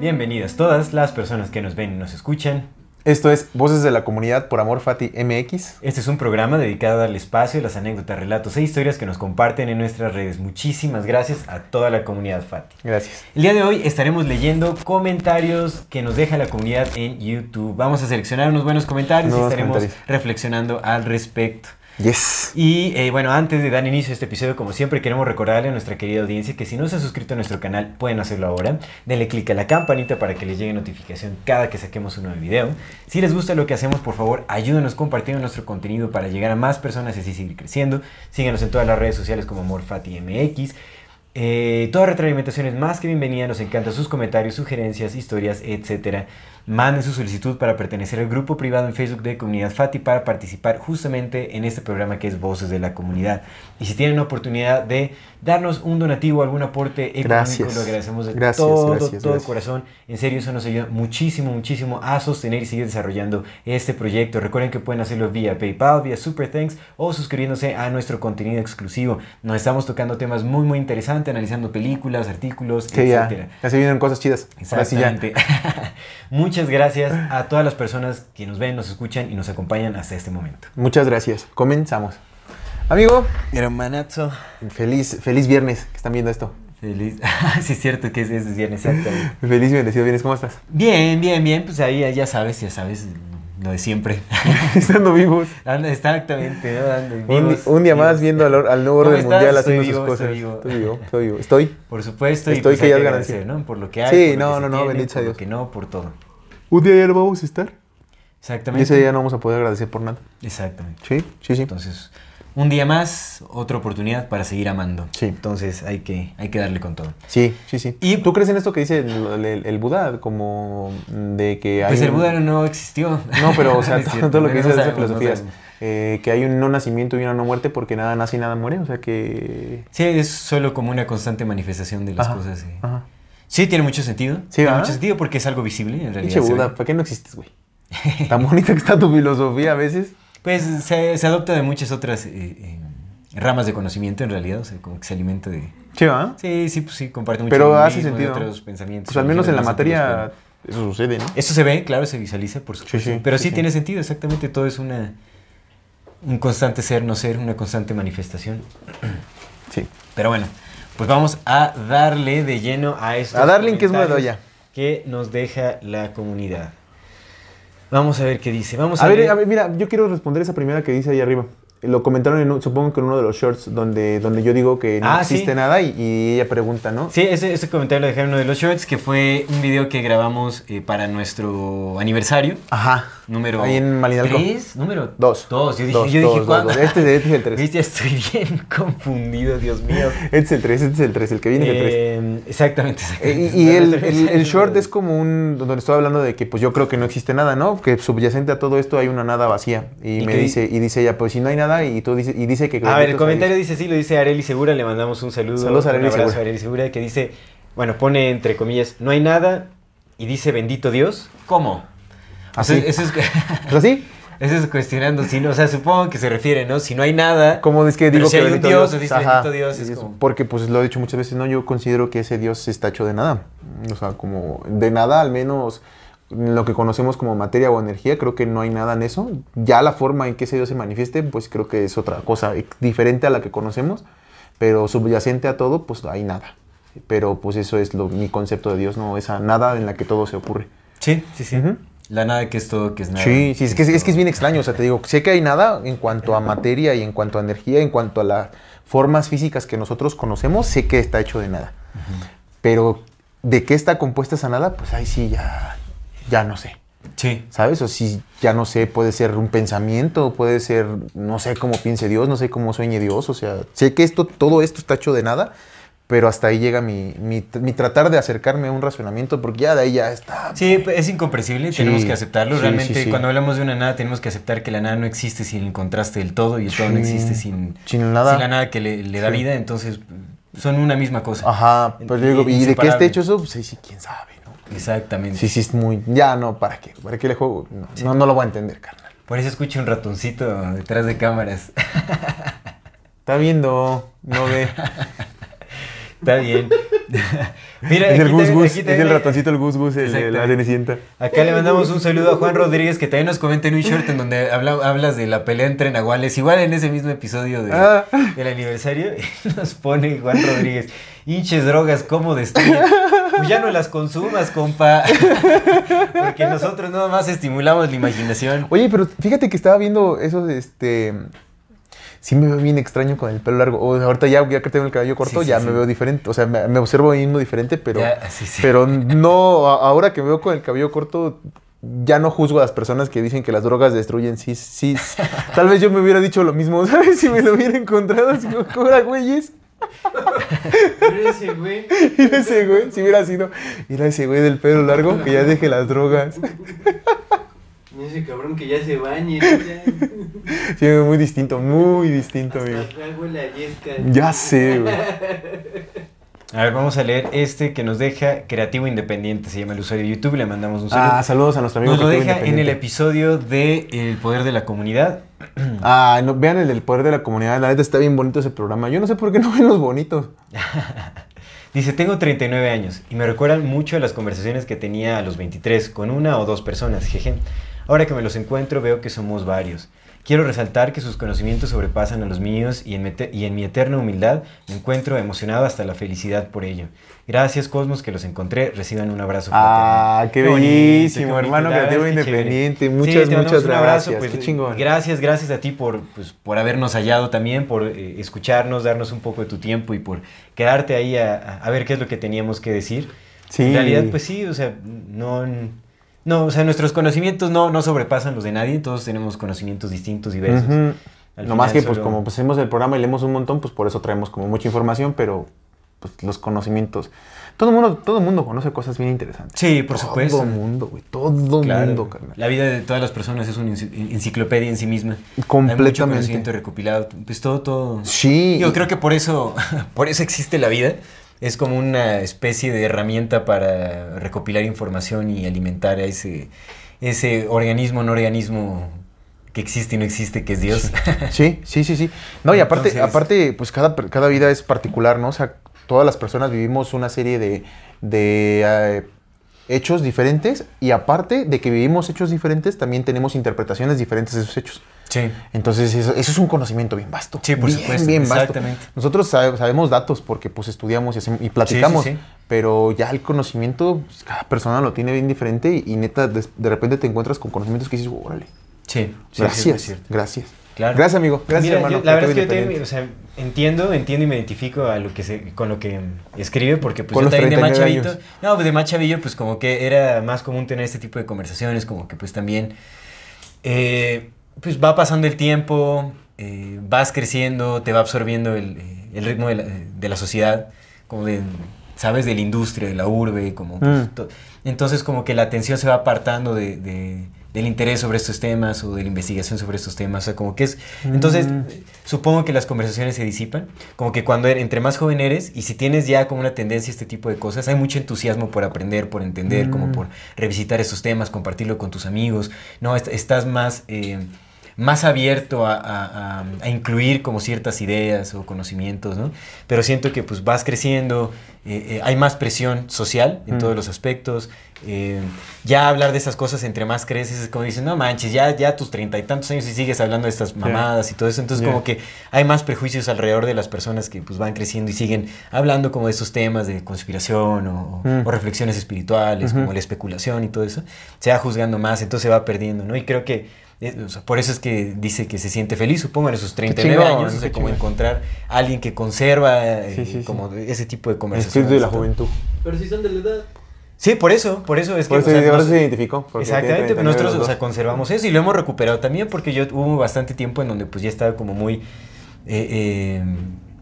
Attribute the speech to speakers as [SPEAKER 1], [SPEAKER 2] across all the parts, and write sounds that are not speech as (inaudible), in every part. [SPEAKER 1] Bienvenidas todas las personas que nos ven y nos escuchan.
[SPEAKER 2] Esto es Voces de la Comunidad por Amor Fati MX.
[SPEAKER 1] Este es un programa dedicado a darle espacio a las anécdotas, relatos e historias que nos comparten en nuestras redes. Muchísimas gracias a toda la comunidad Fati.
[SPEAKER 2] Gracias.
[SPEAKER 1] El día de hoy estaremos leyendo comentarios que nos deja la comunidad en YouTube. Vamos a seleccionar unos buenos comentarios y
[SPEAKER 2] Nuevos
[SPEAKER 1] estaremos
[SPEAKER 2] comentarios.
[SPEAKER 1] reflexionando al respecto.
[SPEAKER 2] Yes.
[SPEAKER 1] Y eh, bueno, antes de dar inicio a este episodio, como siempre, queremos recordarle a nuestra querida audiencia que si no se han suscrito a nuestro canal, pueden hacerlo ahora. Denle clic a la campanita para que les llegue notificación cada que saquemos un nuevo video. Si les gusta lo que hacemos, por favor, ayúdenos compartiendo nuestro contenido para llegar a más personas y así seguir creciendo. Síganos en todas las redes sociales como AmorFatiMX. Eh, toda retroalimentación es más que bienvenida, nos encantan sus comentarios, sugerencias, historias, etc. Manden su solicitud para pertenecer al grupo privado en Facebook de Comunidad Fati para participar justamente en este programa que es Voces de la Comunidad. Y si tienen la oportunidad de darnos un donativo, algún aporte económico,
[SPEAKER 2] Gracias.
[SPEAKER 1] lo agradecemos de
[SPEAKER 2] Gracias,
[SPEAKER 1] todo,
[SPEAKER 2] gracias,
[SPEAKER 1] todo
[SPEAKER 2] gracias.
[SPEAKER 1] corazón. En serio, eso nos ayuda muchísimo, muchísimo a sostener y seguir desarrollando este proyecto. Recuerden que pueden hacerlo vía PayPal, vía Super Thanks o suscribiéndose a nuestro contenido exclusivo. Nos estamos tocando temas muy, muy interesantes, analizando películas, artículos,
[SPEAKER 2] Sí,
[SPEAKER 1] etcétera.
[SPEAKER 2] ya. Ya se vienen cosas chidas. Ahora sí ya.
[SPEAKER 1] Exactamente. (laughs) Muchas gracias a todas las personas que nos ven, nos escuchan y nos acompañan hasta este momento.
[SPEAKER 2] Muchas gracias. Comenzamos. Amigo,
[SPEAKER 1] Hermanazo.
[SPEAKER 2] feliz, feliz viernes que están viendo esto.
[SPEAKER 1] Feliz. (laughs) sí, es cierto que es, es viernes, exactamente.
[SPEAKER 2] Feliz y bendecido viernes. ¿Cómo estás?
[SPEAKER 1] Bien, bien, bien, pues ahí ya sabes, ya sabes lo de siempre.
[SPEAKER 2] (laughs) Estando vivos.
[SPEAKER 1] Anda, exactamente, ¿no? Anda,
[SPEAKER 2] Un, di-
[SPEAKER 1] vivos,
[SPEAKER 2] un día
[SPEAKER 1] vivos.
[SPEAKER 2] más viendo al, or- al nuevo
[SPEAKER 1] ¿Cómo
[SPEAKER 2] orden
[SPEAKER 1] estás?
[SPEAKER 2] mundial
[SPEAKER 1] Estoy
[SPEAKER 2] haciendo sus
[SPEAKER 1] vivo,
[SPEAKER 2] cosas.
[SPEAKER 1] estoy vivo.
[SPEAKER 2] Estoy vivo,
[SPEAKER 1] (laughs)
[SPEAKER 2] estoy vivo. Estoy.
[SPEAKER 1] Por supuesto, y
[SPEAKER 2] Estoy
[SPEAKER 1] pues
[SPEAKER 2] que
[SPEAKER 1] hay
[SPEAKER 2] ya es
[SPEAKER 1] agradecer,
[SPEAKER 2] ganancia.
[SPEAKER 1] ¿no? Por lo que hay,
[SPEAKER 2] Sí,
[SPEAKER 1] por lo
[SPEAKER 2] no,
[SPEAKER 1] que se
[SPEAKER 2] no, no,
[SPEAKER 1] tiene,
[SPEAKER 2] bendito
[SPEAKER 1] por
[SPEAKER 2] sea
[SPEAKER 1] lo
[SPEAKER 2] Dios.
[SPEAKER 1] que no, por todo.
[SPEAKER 2] Un día ya no vamos a estar. Y
[SPEAKER 1] Exactamente.
[SPEAKER 2] ese día no vamos a poder agradecer por nada.
[SPEAKER 1] Exactamente.
[SPEAKER 2] Sí, sí, sí.
[SPEAKER 1] Entonces, un día más, otra oportunidad para seguir amando.
[SPEAKER 2] Sí.
[SPEAKER 1] Entonces, hay que, hay que darle con todo.
[SPEAKER 2] Sí, sí, sí.
[SPEAKER 1] Y-
[SPEAKER 2] ¿Tú crees en esto que dice el, el- el Buda? Como de que hay.
[SPEAKER 1] Pues el
[SPEAKER 2] un-
[SPEAKER 1] Buda no existió.
[SPEAKER 2] No, pero, o sea,
[SPEAKER 1] Es
[SPEAKER 2] (laughs) todo,
[SPEAKER 1] cierto,
[SPEAKER 2] lo que
[SPEAKER 1] bueno, (laughs)
[SPEAKER 2] dice
[SPEAKER 1] no
[SPEAKER 2] de esas
[SPEAKER 1] sabemos, no
[SPEAKER 2] filosofías,
[SPEAKER 1] sabemos.
[SPEAKER 2] eh, que hay un no nacimiento y una no muerte porque nada nace y nada muere, o sea que...
[SPEAKER 1] Sí, es solo como una constante manifestación de las
[SPEAKER 2] Ajá,
[SPEAKER 1] cosas. eh.
[SPEAKER 2] Ajá.
[SPEAKER 1] Sí, tiene mucho sentido.
[SPEAKER 2] Sí,
[SPEAKER 1] tiene
[SPEAKER 2] ¿verdad?
[SPEAKER 1] mucho sentido porque es algo visible en realidad.
[SPEAKER 2] Pinche
[SPEAKER 1] se ve.
[SPEAKER 2] Buda, pues. ¿para qué no
[SPEAKER 1] (laughs)
[SPEAKER 2] existes, güey? Tan bonita que está tu filosofía a veces.
[SPEAKER 1] Pues se, se adopta de muchas otras eh, eh, ramas de conocimiento en realidad, o sea, como que se alimenta de...
[SPEAKER 2] Sí, ¿verdad?
[SPEAKER 1] Sí, sí, pues sí, comparte mucho
[SPEAKER 2] Pero
[SPEAKER 1] el
[SPEAKER 2] hace
[SPEAKER 1] mismo, de
[SPEAKER 2] sentido.
[SPEAKER 1] otros pensamientos.
[SPEAKER 2] Pues al menos en la
[SPEAKER 1] religiones, otros,
[SPEAKER 2] materia
[SPEAKER 1] pero-
[SPEAKER 2] eso sucede, ¿no?
[SPEAKER 1] Eso se ve, claro, se visualiza, por supuesto.
[SPEAKER 2] sí,
[SPEAKER 1] pero sí,
[SPEAKER 2] sí, sí.
[SPEAKER 1] tiene sentido, exactamente, todo es una... Un constante ser, no ser, una constante manifestación.
[SPEAKER 2] Sí.
[SPEAKER 1] Pero bueno, pues vamos a darle de lleno a esto.
[SPEAKER 2] A darle en que es una doya.
[SPEAKER 1] Que nos deja la comunidad. Vamos a ver qué dice. Vamos a,
[SPEAKER 2] A ver, a ver, mira, yo quiero responder esa primera que dice ahí arriba. Lo comentaron, en un- supongo que en uno de los shorts, donde, donde yo digo que no
[SPEAKER 1] Ah, sí.
[SPEAKER 2] existe nada y, y ella pregunta, ¿no?
[SPEAKER 1] Sí, ese, ese comentario lo dejaron en uno de los shorts, que fue un video que grabamos eh, para nuestro aniversario.
[SPEAKER 2] Ajá.
[SPEAKER 1] Número
[SPEAKER 2] Ahí en Malinalco.
[SPEAKER 1] ¿Tres? Número
[SPEAKER 2] Dos.
[SPEAKER 1] Dos. Yo dije,
[SPEAKER 2] Dos,
[SPEAKER 1] yo dije,
[SPEAKER 2] dos, dos,
[SPEAKER 1] ¿cuándo?
[SPEAKER 2] dos. Este es- este
[SPEAKER 1] (laughs)
[SPEAKER 2] es el tres.
[SPEAKER 1] Viste, estoy bien (laughs) confundido, Dios mío.
[SPEAKER 2] Este es el 3, este es el 3, el que viene es el 3.
[SPEAKER 1] Eh, exactamente, (laughs)
[SPEAKER 2] Eh,
[SPEAKER 1] exactamente.
[SPEAKER 2] Y, y el,
[SPEAKER 1] Nuestro
[SPEAKER 2] el- el
[SPEAKER 1] aniversario
[SPEAKER 2] short
[SPEAKER 1] número
[SPEAKER 2] es como un. donde estoy hablando de que, pues yo creo que no existe nada, ¿no? Que subyacente a todo esto hay una nada vacía. Y,
[SPEAKER 1] ¿Y
[SPEAKER 2] me
[SPEAKER 1] qué di-
[SPEAKER 2] dice, y dice ella, pues si no hay nada, y tú dice, y dice que.
[SPEAKER 1] A ver, el
[SPEAKER 2] benditos
[SPEAKER 1] comentario
[SPEAKER 2] a Dios.
[SPEAKER 1] dice sí, lo dice Areli Segura, le mandamos un saludo.
[SPEAKER 2] Saludos a Arely
[SPEAKER 1] un abrazo
[SPEAKER 2] Segura.
[SPEAKER 1] a Arely Segura, que dice, bueno, pone entre comillas, no hay nada, y dice bendito Dios. ¿Cómo? O sea,
[SPEAKER 2] Así.
[SPEAKER 1] eso (laughs) es,
[SPEAKER 2] Pues así,
[SPEAKER 1] eso es cuestionando, si no, o sea, supongo que se refiere, ¿no? Si no hay nada,
[SPEAKER 2] como es que
[SPEAKER 1] Pero
[SPEAKER 2] digo
[SPEAKER 1] si
[SPEAKER 2] que.
[SPEAKER 1] hay un
[SPEAKER 2] bendito
[SPEAKER 1] Dios, dice
[SPEAKER 2] ajá,
[SPEAKER 1] bendito Dios, es
[SPEAKER 2] y eso.
[SPEAKER 1] como-
[SPEAKER 2] Porque, pues lo he dicho muchas veces, no, yo considero que ese Dios está hecho de nada. O sea, como de nada, al menos lo que conocemos como materia o energía, creo que no hay nada en eso. Ya la forma en que ese Dios se manifieste, pues creo que es otra cosa ex- diferente a la que conocemos, pero subyacente a todo, pues hay nada. Pero pues eso es lo, mi concepto de Dios, no esa nada en la que todo se ocurre.
[SPEAKER 1] Sí, sí, sí.
[SPEAKER 2] Ujú.
[SPEAKER 1] La nada que es todo, que es nada.
[SPEAKER 2] Sí, sí, es que, es que es
[SPEAKER 1] todo.
[SPEAKER 2] bien extraño. O sea, te digo, sé que hay nada en cuanto a materia y en cuanto a energía, en cuanto a las formas físicas que nosotros conocemos, sé que está hecho de nada. Pero de qué está compuesta esa nada, pues ahí sí ya, ya no sé.
[SPEAKER 1] Sí.
[SPEAKER 2] ¿Sabes? O si, ya no sé, puede ser un pensamiento, puede ser, no sé cómo piense Dios, no sé cómo sueñe Dios. O sea, sé que esto, todo esto está hecho de nada, pero hasta ahí llega mi, mi- mi tratar de acercarme a un razonamiento, porque ya de ahí ya está.
[SPEAKER 1] Sí, es incomprensible,
[SPEAKER 2] Sí.
[SPEAKER 1] tenemos que aceptarlo.
[SPEAKER 2] Sí,
[SPEAKER 1] Realmente,
[SPEAKER 2] sí, sí.
[SPEAKER 1] cuando hablamos de una nada, tenemos que aceptar que la nada no existe sin el contraste del todo y el todo no
[SPEAKER 2] Sí.
[SPEAKER 1] existe sin,
[SPEAKER 2] Sin nada.
[SPEAKER 1] sin la nada que le, le da
[SPEAKER 2] Sí.
[SPEAKER 1] vida. Entonces, son una misma cosa.
[SPEAKER 2] Ajá, pero yo digo, ¿y de qué está
[SPEAKER 1] Inseparable.
[SPEAKER 2] hecho eso? Pues ahí sí, quién sabe, ¿no?
[SPEAKER 1] Exactamente.
[SPEAKER 2] Sí, sí, es muy. Ya, no, ¿para qué? ¿Para qué le juego? No, no, no lo voy a entender, carnal.
[SPEAKER 1] Por eso escucho un ratoncito detrás de cámaras. (laughs)
[SPEAKER 2] Está viendo, no ve.
[SPEAKER 1] Está bien. (laughs) Mira,
[SPEAKER 2] es el
[SPEAKER 1] aquí
[SPEAKER 2] Gus
[SPEAKER 1] también-
[SPEAKER 2] Gus,
[SPEAKER 1] aquí
[SPEAKER 2] es
[SPEAKER 1] también
[SPEAKER 2] el
[SPEAKER 1] le-
[SPEAKER 2] ratoncito, el Gus Gus, el de la
[SPEAKER 1] Exactamente.
[SPEAKER 2] cenicienta.
[SPEAKER 1] Acá le mandamos un saludo a Juan Rodríguez, que también nos comenta en un short en donde habla- hablas de la pelea entre nahuales, igual en ese mismo episodio de-
[SPEAKER 2] Ah.
[SPEAKER 1] del aniversario, (laughs) y nos pone Juan Rodríguez, hinches drogas, ¿cómo destruyen? Pues ya no las consumas, compa, (laughs) porque nosotros nada más estimulamos la imaginación.
[SPEAKER 2] Oye, pero fíjate que estaba viendo esos, este. Sí me veo bien extraño con el pelo largo. O sea, ahorita ya, ya que tengo el cabello corto,
[SPEAKER 1] Sí, sí,
[SPEAKER 2] ya
[SPEAKER 1] sí.
[SPEAKER 2] me veo diferente. O sea, me, me observo ahí mismo diferente, pero.
[SPEAKER 1] Ya, (laughs) sí, sí.
[SPEAKER 2] Pero no, a- ahora que me veo con el cabello corto, ya no juzgo a las personas que dicen que las drogas destruyen. Sí, sí. Tal vez yo me hubiera dicho lo mismo, (laughs) ¿sabes? Si me lo hubiera encontrado, así como, "Cobra, güeyes. Mira ese güey, si hubiera sido. Mira ese güey del pelo largo que ya deje las drogas.
[SPEAKER 3] Ese cabrón que ya se bañe,
[SPEAKER 2] Sí, muy distinto, muy distinto, amigo. Ya sé, güey.
[SPEAKER 1] A ver, vamos a leer este que nos deja Creativo Independiente, se llama el usuario de YouTube, le mandamos un saludo.
[SPEAKER 2] Ah, saludos a nuestro amigo.
[SPEAKER 1] nos lo
[SPEAKER 2] Creativo
[SPEAKER 1] deja en el
[SPEAKER 2] Independiente.
[SPEAKER 1] episodio de El Poder de la Comunidad,
[SPEAKER 2] Ah, no, vean el del poder de la comunidad. La neta está bien bonito ese programa. Yo no sé por qué no (laughs) ven los bonitos.
[SPEAKER 1] Dice, tengo 39 años y me recuerdan mucho a las conversaciones que tenía a los 23 con una o dos personas, jeje. Ahora que me los encuentro veo que somos varios. Quiero resaltar que sus conocimientos sobrepasan a los míos y en, mete- y en mi eterna humildad me encuentro emocionado hasta la felicidad por ello. Gracias Cosmos que los encontré, reciban un abrazo.
[SPEAKER 2] Ah, qué
[SPEAKER 1] bonito,
[SPEAKER 2] bellísimo,
[SPEAKER 1] bonito,
[SPEAKER 2] hermano
[SPEAKER 1] la verdad
[SPEAKER 2] creativo
[SPEAKER 1] es que chévere.
[SPEAKER 2] independiente.
[SPEAKER 1] Sí,
[SPEAKER 2] Muchas,
[SPEAKER 1] te mandamos
[SPEAKER 2] muchas
[SPEAKER 1] un abrazo,
[SPEAKER 2] gracias.
[SPEAKER 1] pues,
[SPEAKER 2] qué chingón.
[SPEAKER 1] Gracias, gracias a ti por, pues, por habernos hallado también, por eh, escucharnos, darnos un poco de tu tiempo y por quedarte ahí a, a- a ver qué es lo que teníamos que decir.
[SPEAKER 2] Sí.
[SPEAKER 1] En realidad, pues sí, o sea, no, no, o sea, nuestros conocimientos no, no sobrepasan los de nadie, todos tenemos conocimientos distintos, diversos.
[SPEAKER 2] Ujú.
[SPEAKER 1] Al
[SPEAKER 2] No más que,
[SPEAKER 1] final
[SPEAKER 2] pues,
[SPEAKER 1] solo-
[SPEAKER 2] como pues, hacemos el programa y leemos un montón, pues por eso traemos como mucha información, pero pues, los conocimientos. Todo el mundo, todo mundo conoce cosas bien interesantes.
[SPEAKER 1] Sí, por
[SPEAKER 2] Todo
[SPEAKER 1] supuesto.
[SPEAKER 2] mundo, güey. Todo
[SPEAKER 1] Claro.
[SPEAKER 2] mundo, carnal.
[SPEAKER 1] La vida de todas las personas es una enci- enciclopedia en sí misma. Hay mucho
[SPEAKER 2] Completamente.
[SPEAKER 1] conocimiento recopilado. Pues todo, todo.
[SPEAKER 2] Sí.
[SPEAKER 1] Yo creo que por eso, (laughs) por eso existe la vida. Es como una especie de herramienta para recopilar información y alimentar a ese, ese organismo, no organismo que existe y no existe, que es Dios.
[SPEAKER 2] Sí, sí, sí, sí. No, y aparte,
[SPEAKER 1] Entonces-
[SPEAKER 2] aparte, pues cada, per- cada vida es particular, ¿no? O sea, todas las personas vivimos una serie de, de, eh, hechos diferentes y aparte de que vivimos hechos diferentes, también tenemos interpretaciones diferentes de esos hechos.
[SPEAKER 1] Sí.
[SPEAKER 2] Entonces, eso, eso es un conocimiento bien vasto.
[SPEAKER 1] Sí, por
[SPEAKER 2] bien,
[SPEAKER 1] supuesto,
[SPEAKER 2] Bien vasto.
[SPEAKER 1] exactamente.
[SPEAKER 2] Nosotros sabe- sabemos datos porque pues estudiamos y, hacemos- y platicamos,
[SPEAKER 1] Sí, sí, sí.
[SPEAKER 2] pero ya el conocimiento, pues, cada persona lo tiene bien diferente y, y neta, de, de repente te encuentras con conocimientos que dices, órale,
[SPEAKER 1] (laughs) Sí. sí, sí, es
[SPEAKER 2] gracias,
[SPEAKER 1] cierto.
[SPEAKER 2] gracias.
[SPEAKER 1] Claro.
[SPEAKER 2] Gracias, amigo. Gracias,
[SPEAKER 1] Mira,
[SPEAKER 2] hermano.
[SPEAKER 1] yo- la
[SPEAKER 2] Te
[SPEAKER 1] verdad es
[SPEAKER 2] veo
[SPEAKER 1] que yo también,
[SPEAKER 2] independiente.
[SPEAKER 1] o sea, entiendo, entiendo y me identifico a lo que se, con lo que mm, escribe, porque pues yo
[SPEAKER 2] Con los
[SPEAKER 1] también de más
[SPEAKER 2] 39
[SPEAKER 1] chavito.
[SPEAKER 2] años.
[SPEAKER 1] No, pues de más chavillo, pues como que era más común tener este tipo de conversaciones, como que pues también. eh, pues va pasando el tiempo, eh, vas creciendo, te va absorbiendo el, eh, el ritmo de la, de la sociedad, como de. Sabes, de la industria, de la urbe, como. pues,
[SPEAKER 2] Mm.
[SPEAKER 1] to- entonces, como que la atención se va apartando de- de- del interés sobre estos temas o de la investigación sobre estos temas. O sea, como que es. Entonces, supongo que las conversaciones se disipan. Como que cuando er- entre más joven eres y si tienes ya como una tendencia a este tipo de cosas, hay mucho entusiasmo por aprender, por entender, como por revisitar esos temas, compartirlo con tus amigos. No, Est- estás más. eh, más abierto a, a- a- a incluir como ciertas ideas o conocimientos, ¿no? Pero siento que pues vas creciendo, eh, eh, hay más presión social en todos los aspectos, eh, ya hablar de estas cosas entre más creces es como dicen, no manches, ya, ya tus treinta y tantos años y sigues hablando de estas mamadas y todo eso, entonces
[SPEAKER 2] Ya.
[SPEAKER 1] como que hay más prejuicios alrededor de las personas que pues van creciendo y siguen hablando como de estos temas de conspiración o,
[SPEAKER 2] Mm.
[SPEAKER 1] o reflexiones espirituales, como la especulación y todo eso, se va juzgando más, entonces se va perdiendo, ¿no? Y creo que... Eh, o sea, por eso es que dice que se siente feliz, supongo, en sus 39
[SPEAKER 2] chingón,
[SPEAKER 1] años. O sea,
[SPEAKER 2] qué
[SPEAKER 1] como
[SPEAKER 2] chingón.
[SPEAKER 1] encontrar a alguien que conserva eh,
[SPEAKER 2] Sí, sí, sí.
[SPEAKER 1] como de- ese tipo de
[SPEAKER 2] El
[SPEAKER 1] conversaciones.
[SPEAKER 2] espíritu de la
[SPEAKER 1] ¿no?
[SPEAKER 2] juventud.
[SPEAKER 3] Pero si son de la edad.
[SPEAKER 1] Sí, por eso, por eso es que...
[SPEAKER 2] Por eso
[SPEAKER 1] o sea,
[SPEAKER 2] ahora
[SPEAKER 1] nos-
[SPEAKER 2] se identificó. porque tiene
[SPEAKER 1] Exactamente, pero
[SPEAKER 2] 39
[SPEAKER 1] nosotros
[SPEAKER 2] los
[SPEAKER 1] o sea,
[SPEAKER 2] dos.
[SPEAKER 1] conservamos eso y lo hemos recuperado también porque yo hubo bastante tiempo en donde pues ya estaba como muy eh, eh,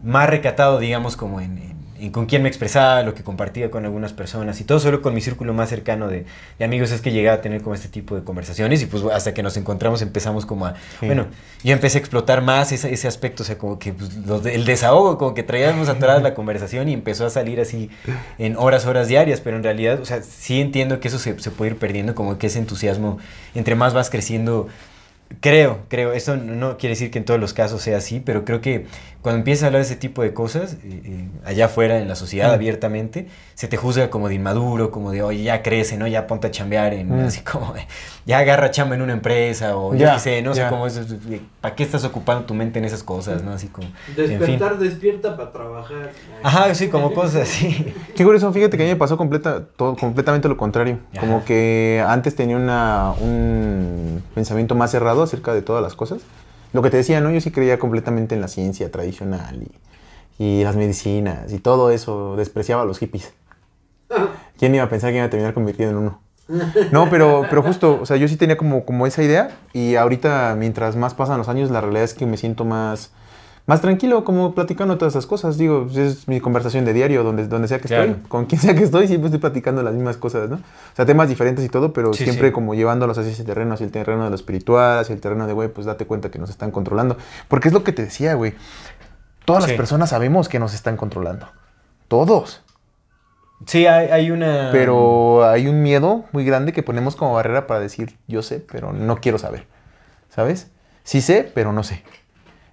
[SPEAKER 1] más recatado, digamos, como en, en- en con quién me expresaba, lo que compartía con algunas personas y todo solo con mi círculo más cercano de, de amigos es que llegaba a tener como este tipo de conversaciones y pues hasta que nos encontramos empezamos como a,
[SPEAKER 2] Sí.
[SPEAKER 1] bueno, yo empecé a explotar más ese, ese aspecto, o sea, como que pues, los de- el desahogo, como que traíamos atrás la conversación y empezó a salir así en horas, horas diarias, pero en realidad, o sea, sí entiendo que eso se, se puede ir perdiendo, como que ese entusiasmo, entre más vas creciendo, creo, creo, esto no- no quiere decir que en todos los casos sea así, pero creo que cuando empiezas a hablar de ese tipo de cosas, eh, eh, allá afuera, en la sociedad,
[SPEAKER 2] Mm.
[SPEAKER 1] abiertamente, se te juzga como de inmaduro, como de, oye, ya crece, ¿no? Ya ponte a chambear en,
[SPEAKER 2] Mm.
[SPEAKER 1] así como, (laughs) ya agarra chamba en una empresa o yo
[SPEAKER 2] Ya,
[SPEAKER 1] qué sé, no sé
[SPEAKER 2] ya.
[SPEAKER 1] cómo es, eh, ¿para qué estás ocupando tu mente en esas cosas, no? Así como, en fin. Ah,
[SPEAKER 3] Despertar despierta para trabajar.
[SPEAKER 1] Ajá, sí, como cosas así.
[SPEAKER 2] Qué curioso, fíjate que a mí me pasó completa, todo, completamente lo contrario.
[SPEAKER 1] Ajá.
[SPEAKER 2] Como que antes tenía una, un pensamiento más cerrado acerca de todas las cosas. Lo que te decía, ¿no? Yo sí creía completamente en la ciencia tradicional y, y las medicinas y todo eso. Despreciaba a los
[SPEAKER 1] (laughs)
[SPEAKER 2] hippies. ¿Quién iba a pensar que iba a terminar convirtiendo en uno? No, pero, pero justo, o sea, yo sí tenía como, como esa idea y ahorita mientras más pasan los años, la realidad es que me siento más, más tranquilo como platicando todas esas cosas. Digo, pues, es mi conversación de diario, donde, donde sea que
[SPEAKER 1] Claro.
[SPEAKER 2] estoy, con quien sea que estoy, siempre estoy platicando las mismas cosas, ¿no? O sea, temas diferentes y todo, pero
[SPEAKER 1] Sí,
[SPEAKER 2] siempre
[SPEAKER 1] sí.
[SPEAKER 2] como llevándolos hacia ese terreno, hacia el terreno de lo espiritual, hacia el terreno de, güey, pues date cuenta que nos están controlando. Porque es lo que te decía, güey. Todas
[SPEAKER 1] Sí.
[SPEAKER 2] las personas sabemos que nos están controlando. Todos.
[SPEAKER 1] Sí, hay, hay una...
[SPEAKER 2] Pero hay un miedo muy grande que ponemos como barrera para decir, yo sé, pero no quiero saber. ¿Sabes? Sí sé, pero no sé.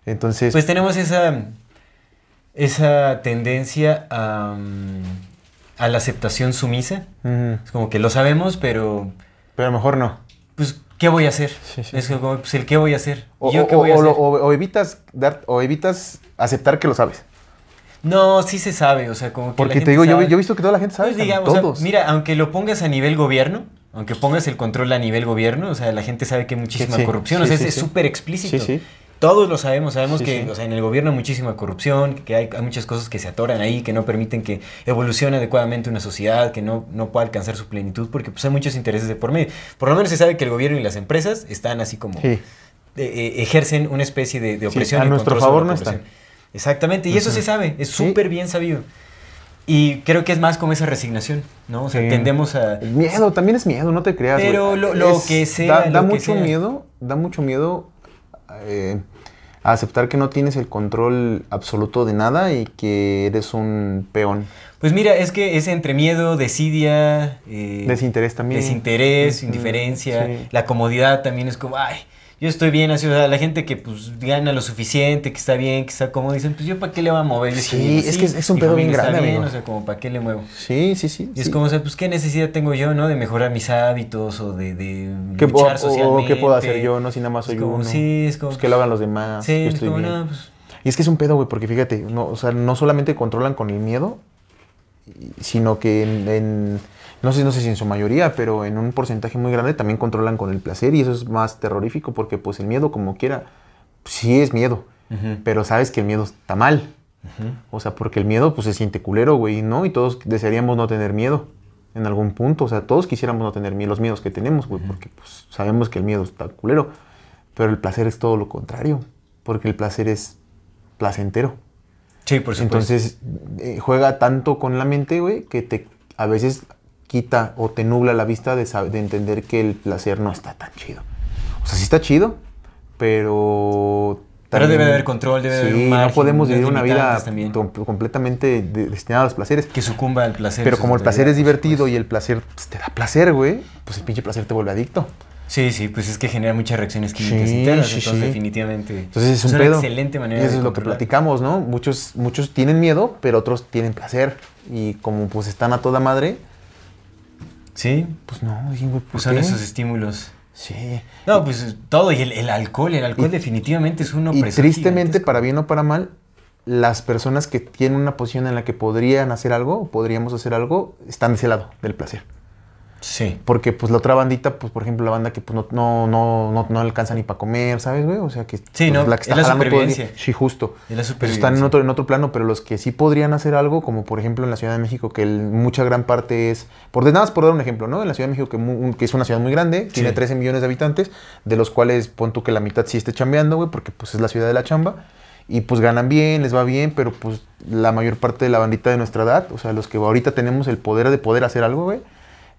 [SPEAKER 2] Entonces,
[SPEAKER 1] Pues tenemos esa, esa tendencia a, mm, a la aceptación sumisa.
[SPEAKER 2] mm,
[SPEAKER 1] Es como que lo sabemos, pero
[SPEAKER 2] pero mejor no.
[SPEAKER 1] pues, ¿qué voy a hacer?
[SPEAKER 2] Sí, sí.
[SPEAKER 1] Es como, pues, el ¿qué voy a hacer?
[SPEAKER 2] O,
[SPEAKER 1] ¿Yo
[SPEAKER 2] o-
[SPEAKER 1] qué voy a
[SPEAKER 2] o- o lo-
[SPEAKER 1] hacer?
[SPEAKER 2] o- o evitas dar, o evitas aceptar que lo sabes.
[SPEAKER 1] No, sí se sabe, o sea, como que la
[SPEAKER 2] Porque
[SPEAKER 1] gente
[SPEAKER 2] te digo, yo,
[SPEAKER 1] sabe.
[SPEAKER 2] yo he visto que toda la gente sabe.
[SPEAKER 1] Pues
[SPEAKER 2] cabrón,
[SPEAKER 1] digamos, o sea,
[SPEAKER 2] todos.
[SPEAKER 1] mira, aunque lo pongas a nivel gobierno, aunque pongas el control a nivel gobierno, o sea, la gente sabe que hay muchísima
[SPEAKER 2] Sí, sí,
[SPEAKER 1] corrupción, o
[SPEAKER 2] sí,
[SPEAKER 1] sea,
[SPEAKER 2] sí,
[SPEAKER 1] es- es
[SPEAKER 2] sí.
[SPEAKER 1] súper explícito.
[SPEAKER 2] Sí, sí.
[SPEAKER 1] Todos lo sabemos, sabemos
[SPEAKER 2] Sí,
[SPEAKER 1] que
[SPEAKER 2] sí.
[SPEAKER 1] o sea, en el gobierno hay muchísima corrupción, que hay, hay muchas cosas que se atoran ahí, que no permiten que evolucione adecuadamente una sociedad, que no, no pueda alcanzar su plenitud, porque pues, hay muchos intereses de por medio. Por lo menos se sabe que el gobierno y las empresas están así como
[SPEAKER 2] Sí.
[SPEAKER 1] eh, eh, ejercen una especie de, de
[SPEAKER 2] Sí,
[SPEAKER 1] opresión.
[SPEAKER 2] a
[SPEAKER 1] y
[SPEAKER 2] nuestro
[SPEAKER 1] control sobre
[SPEAKER 2] favor
[SPEAKER 1] la
[SPEAKER 2] no están.
[SPEAKER 1] población. Exactamente, y eso se sabe, es
[SPEAKER 2] Sí.
[SPEAKER 1] súper bien sabido. Y creo que es más como esa resignación, ¿no? O sea,
[SPEAKER 2] Sí.
[SPEAKER 1] tendemos a...
[SPEAKER 2] El miedo, también es miedo, no te creas. güey.
[SPEAKER 1] Pero lo- lo
[SPEAKER 2] Es-
[SPEAKER 1] que sea,
[SPEAKER 2] Da, da
[SPEAKER 1] lo que
[SPEAKER 2] mucho
[SPEAKER 1] sea.
[SPEAKER 2] miedo, da mucho miedo eh, a aceptar que no tienes el control absoluto de nada y que eres un peón.
[SPEAKER 1] Pues mira, es que es entre miedo, desidia... eh,
[SPEAKER 2] Desinterés también.
[SPEAKER 1] Desinterés,
[SPEAKER 2] Ujú,
[SPEAKER 1] indiferencia,
[SPEAKER 2] sí.
[SPEAKER 1] la comodidad también es como, ay, yo estoy bien así, o sea, la gente que pues gana lo suficiente, que está bien, que está cómodo, dicen, pues yo para qué le voy a mover. Yo estoy
[SPEAKER 2] Sí,
[SPEAKER 1] bien
[SPEAKER 2] es
[SPEAKER 1] así,
[SPEAKER 2] que es- es un
[SPEAKER 1] mi
[SPEAKER 2] pedo
[SPEAKER 1] familia
[SPEAKER 2] bien
[SPEAKER 1] está
[SPEAKER 2] grande,
[SPEAKER 1] bien,
[SPEAKER 2] amigo.
[SPEAKER 1] O sea, como para qué le muevo.
[SPEAKER 2] Sí, sí, sí.
[SPEAKER 1] Y es
[SPEAKER 2] sí.
[SPEAKER 1] como, o sea, pues, ¿qué necesidad tengo yo, no? De mejorar mis hábitos o de, de
[SPEAKER 2] ¿Qué puedo-
[SPEAKER 1] luchar
[SPEAKER 2] o- o ¿Qué puedo hacer
[SPEAKER 1] socialmente?
[SPEAKER 2] yo? No, si nada más
[SPEAKER 1] Es
[SPEAKER 2] soy
[SPEAKER 1] como,
[SPEAKER 2] uno.
[SPEAKER 1] Sí, es como...
[SPEAKER 2] Pues que lo hagan los demás.
[SPEAKER 1] sí,
[SPEAKER 2] yo
[SPEAKER 1] es
[SPEAKER 2] estoy
[SPEAKER 1] como,
[SPEAKER 2] bien.
[SPEAKER 1] no, pues,
[SPEAKER 2] Y es que es un pedo, güey, porque fíjate, no, o sea, no solamente controlan con el miedo, y- sino que en, en- no sé, no sé si en su mayoría, pero en un porcentaje muy grande también controlan con el placer y eso es más terrorífico porque pues el miedo como quiera sí es miedo, pero sabes que el miedo está mal. O sea, porque el miedo pues se siente culero, güey, ¿no? Y todos desearíamos no tener miedo en algún punto, o sea, todos quisiéramos no tener miedo, los miedos que tenemos, güey, porque pues sabemos que el miedo está culero, pero el placer es todo lo contrario, porque el placer es placentero.
[SPEAKER 1] Sí, por supuesto.
[SPEAKER 2] Entonces, eh, juega tanto con la mente, güey, que te a veces quita o te nubla la vista de, sab- de entender que el placer no está tan chido. O sea, sí está chido, pero...
[SPEAKER 1] Pero debe de
[SPEAKER 2] también-
[SPEAKER 1] haber control, debe de haber un
[SPEAKER 2] Sí,
[SPEAKER 1] margen,
[SPEAKER 2] no podemos
[SPEAKER 1] unas
[SPEAKER 2] vivir una vida
[SPEAKER 1] limitantes también.
[SPEAKER 2] tom- completamente de- destinada a los placeres.
[SPEAKER 1] que sucumba al placer. en
[SPEAKER 2] Pero
[SPEAKER 1] su
[SPEAKER 2] como el placer es
[SPEAKER 1] totalidad, por
[SPEAKER 2] divertido y el placer pues, te da placer, güey, pues el pinche placer te vuelve adicto.
[SPEAKER 1] supuesto. Sí, sí, pues es que genera muchas reacciones químicas
[SPEAKER 2] Sí,
[SPEAKER 1] internas,
[SPEAKER 2] sí,
[SPEAKER 1] entonces
[SPEAKER 2] sí.
[SPEAKER 1] definitivamente pues,
[SPEAKER 2] Entonces es un
[SPEAKER 1] una
[SPEAKER 2] pedo.
[SPEAKER 1] excelente manera
[SPEAKER 2] Y eso
[SPEAKER 1] de
[SPEAKER 2] es lo que
[SPEAKER 1] controlar.
[SPEAKER 2] platicamos, ¿no? Muchos, muchos tienen miedo, pero otros tienen placer. Y como pues están a toda madre,
[SPEAKER 1] Sí,
[SPEAKER 2] pues no, dije, güey, ¿por
[SPEAKER 1] pues son
[SPEAKER 2] qué?
[SPEAKER 1] esos estímulos.
[SPEAKER 2] Sí.
[SPEAKER 1] No, pues todo, y el, el alcohol, el alcohol
[SPEAKER 2] Y-
[SPEAKER 1] definitivamente es un
[SPEAKER 2] y
[SPEAKER 1] opresor
[SPEAKER 2] tristemente,
[SPEAKER 1] gigantesco.
[SPEAKER 2] para bien o para mal, las personas que tienen una posición en la que podrían hacer algo, o podríamos hacer algo, están de ese lado del placer.
[SPEAKER 1] Sí.
[SPEAKER 2] Porque pues la otra bandita, pues por ejemplo la banda que pues no, no, no, no, no alcanza ni para comer, ¿sabes, güey? O sea que pues,
[SPEAKER 1] ¿no?
[SPEAKER 2] la que está
[SPEAKER 1] Es la
[SPEAKER 2] jalando todo el día.
[SPEAKER 1] supervivencia.
[SPEAKER 2] Sí, justo.
[SPEAKER 1] Es la
[SPEAKER 2] Pues,
[SPEAKER 1] supervivencia.
[SPEAKER 2] están en otro, en otro plano, pero los que sí podrían hacer algo, como por ejemplo en la Ciudad de México, que el- mucha gran parte es, por nada más por dar un ejemplo, ¿no? En la Ciudad de México, que, mu- un- que es una ciudad muy grande, tiene 13 millones de habitantes, de los cuales pon tú que la mitad sí esté chambeando, güey, porque pues es la ciudad de la chamba. Y pues ganan bien, les va bien, pero pues la mayor parte de la bandita de nuestra edad, o sea, los que ahorita tenemos el poder de poder hacer algo, güey,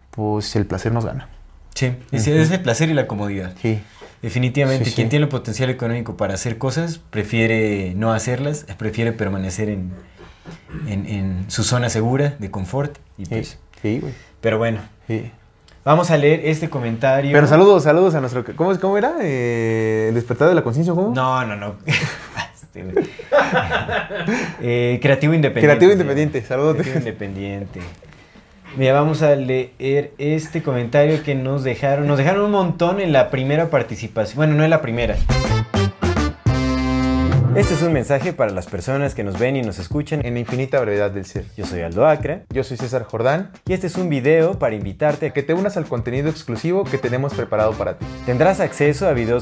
[SPEAKER 2] pues el placer nos gana.
[SPEAKER 1] Sí. Es, es el placer y la comodidad.
[SPEAKER 2] Sí.
[SPEAKER 1] Definitivamente,
[SPEAKER 2] Sí, sí.
[SPEAKER 1] quien tiene el potencial económico para hacer cosas prefiere no hacerlas, prefiere permanecer en, en- en su zona segura de confort. Y
[SPEAKER 2] Sí,
[SPEAKER 1] pues,
[SPEAKER 2] sí, güey.
[SPEAKER 1] Pero bueno,
[SPEAKER 2] Sí.
[SPEAKER 1] vamos a leer este comentario.
[SPEAKER 2] Pero saludos, saludos a nuestro... ¿Cómo, es- cómo era? Eh, ¿El despertar de la conciencia? ¿Cómo?
[SPEAKER 1] No, no, (laughs) no. Este güey. Eh, creativo independiente.
[SPEAKER 2] Creativo
[SPEAKER 1] se
[SPEAKER 2] Independiente,
[SPEAKER 1] llama.
[SPEAKER 2] saludos.
[SPEAKER 1] Creativo independiente. Mira, vamos a leer este comentario que nos dejaron. Nos dejaron un montón en la primera participación. Bueno, no en la primera. Este es un mensaje para las personas que nos ven y nos escuchan.
[SPEAKER 2] En la infinita brevedad del ser.
[SPEAKER 1] Yo soy Aldo Acra
[SPEAKER 2] Yo soy César Jordán.
[SPEAKER 1] y este es un video para invitarte a
[SPEAKER 2] Que te unas al contenido exclusivo que tenemos preparado para ti.
[SPEAKER 1] tendrás acceso a videos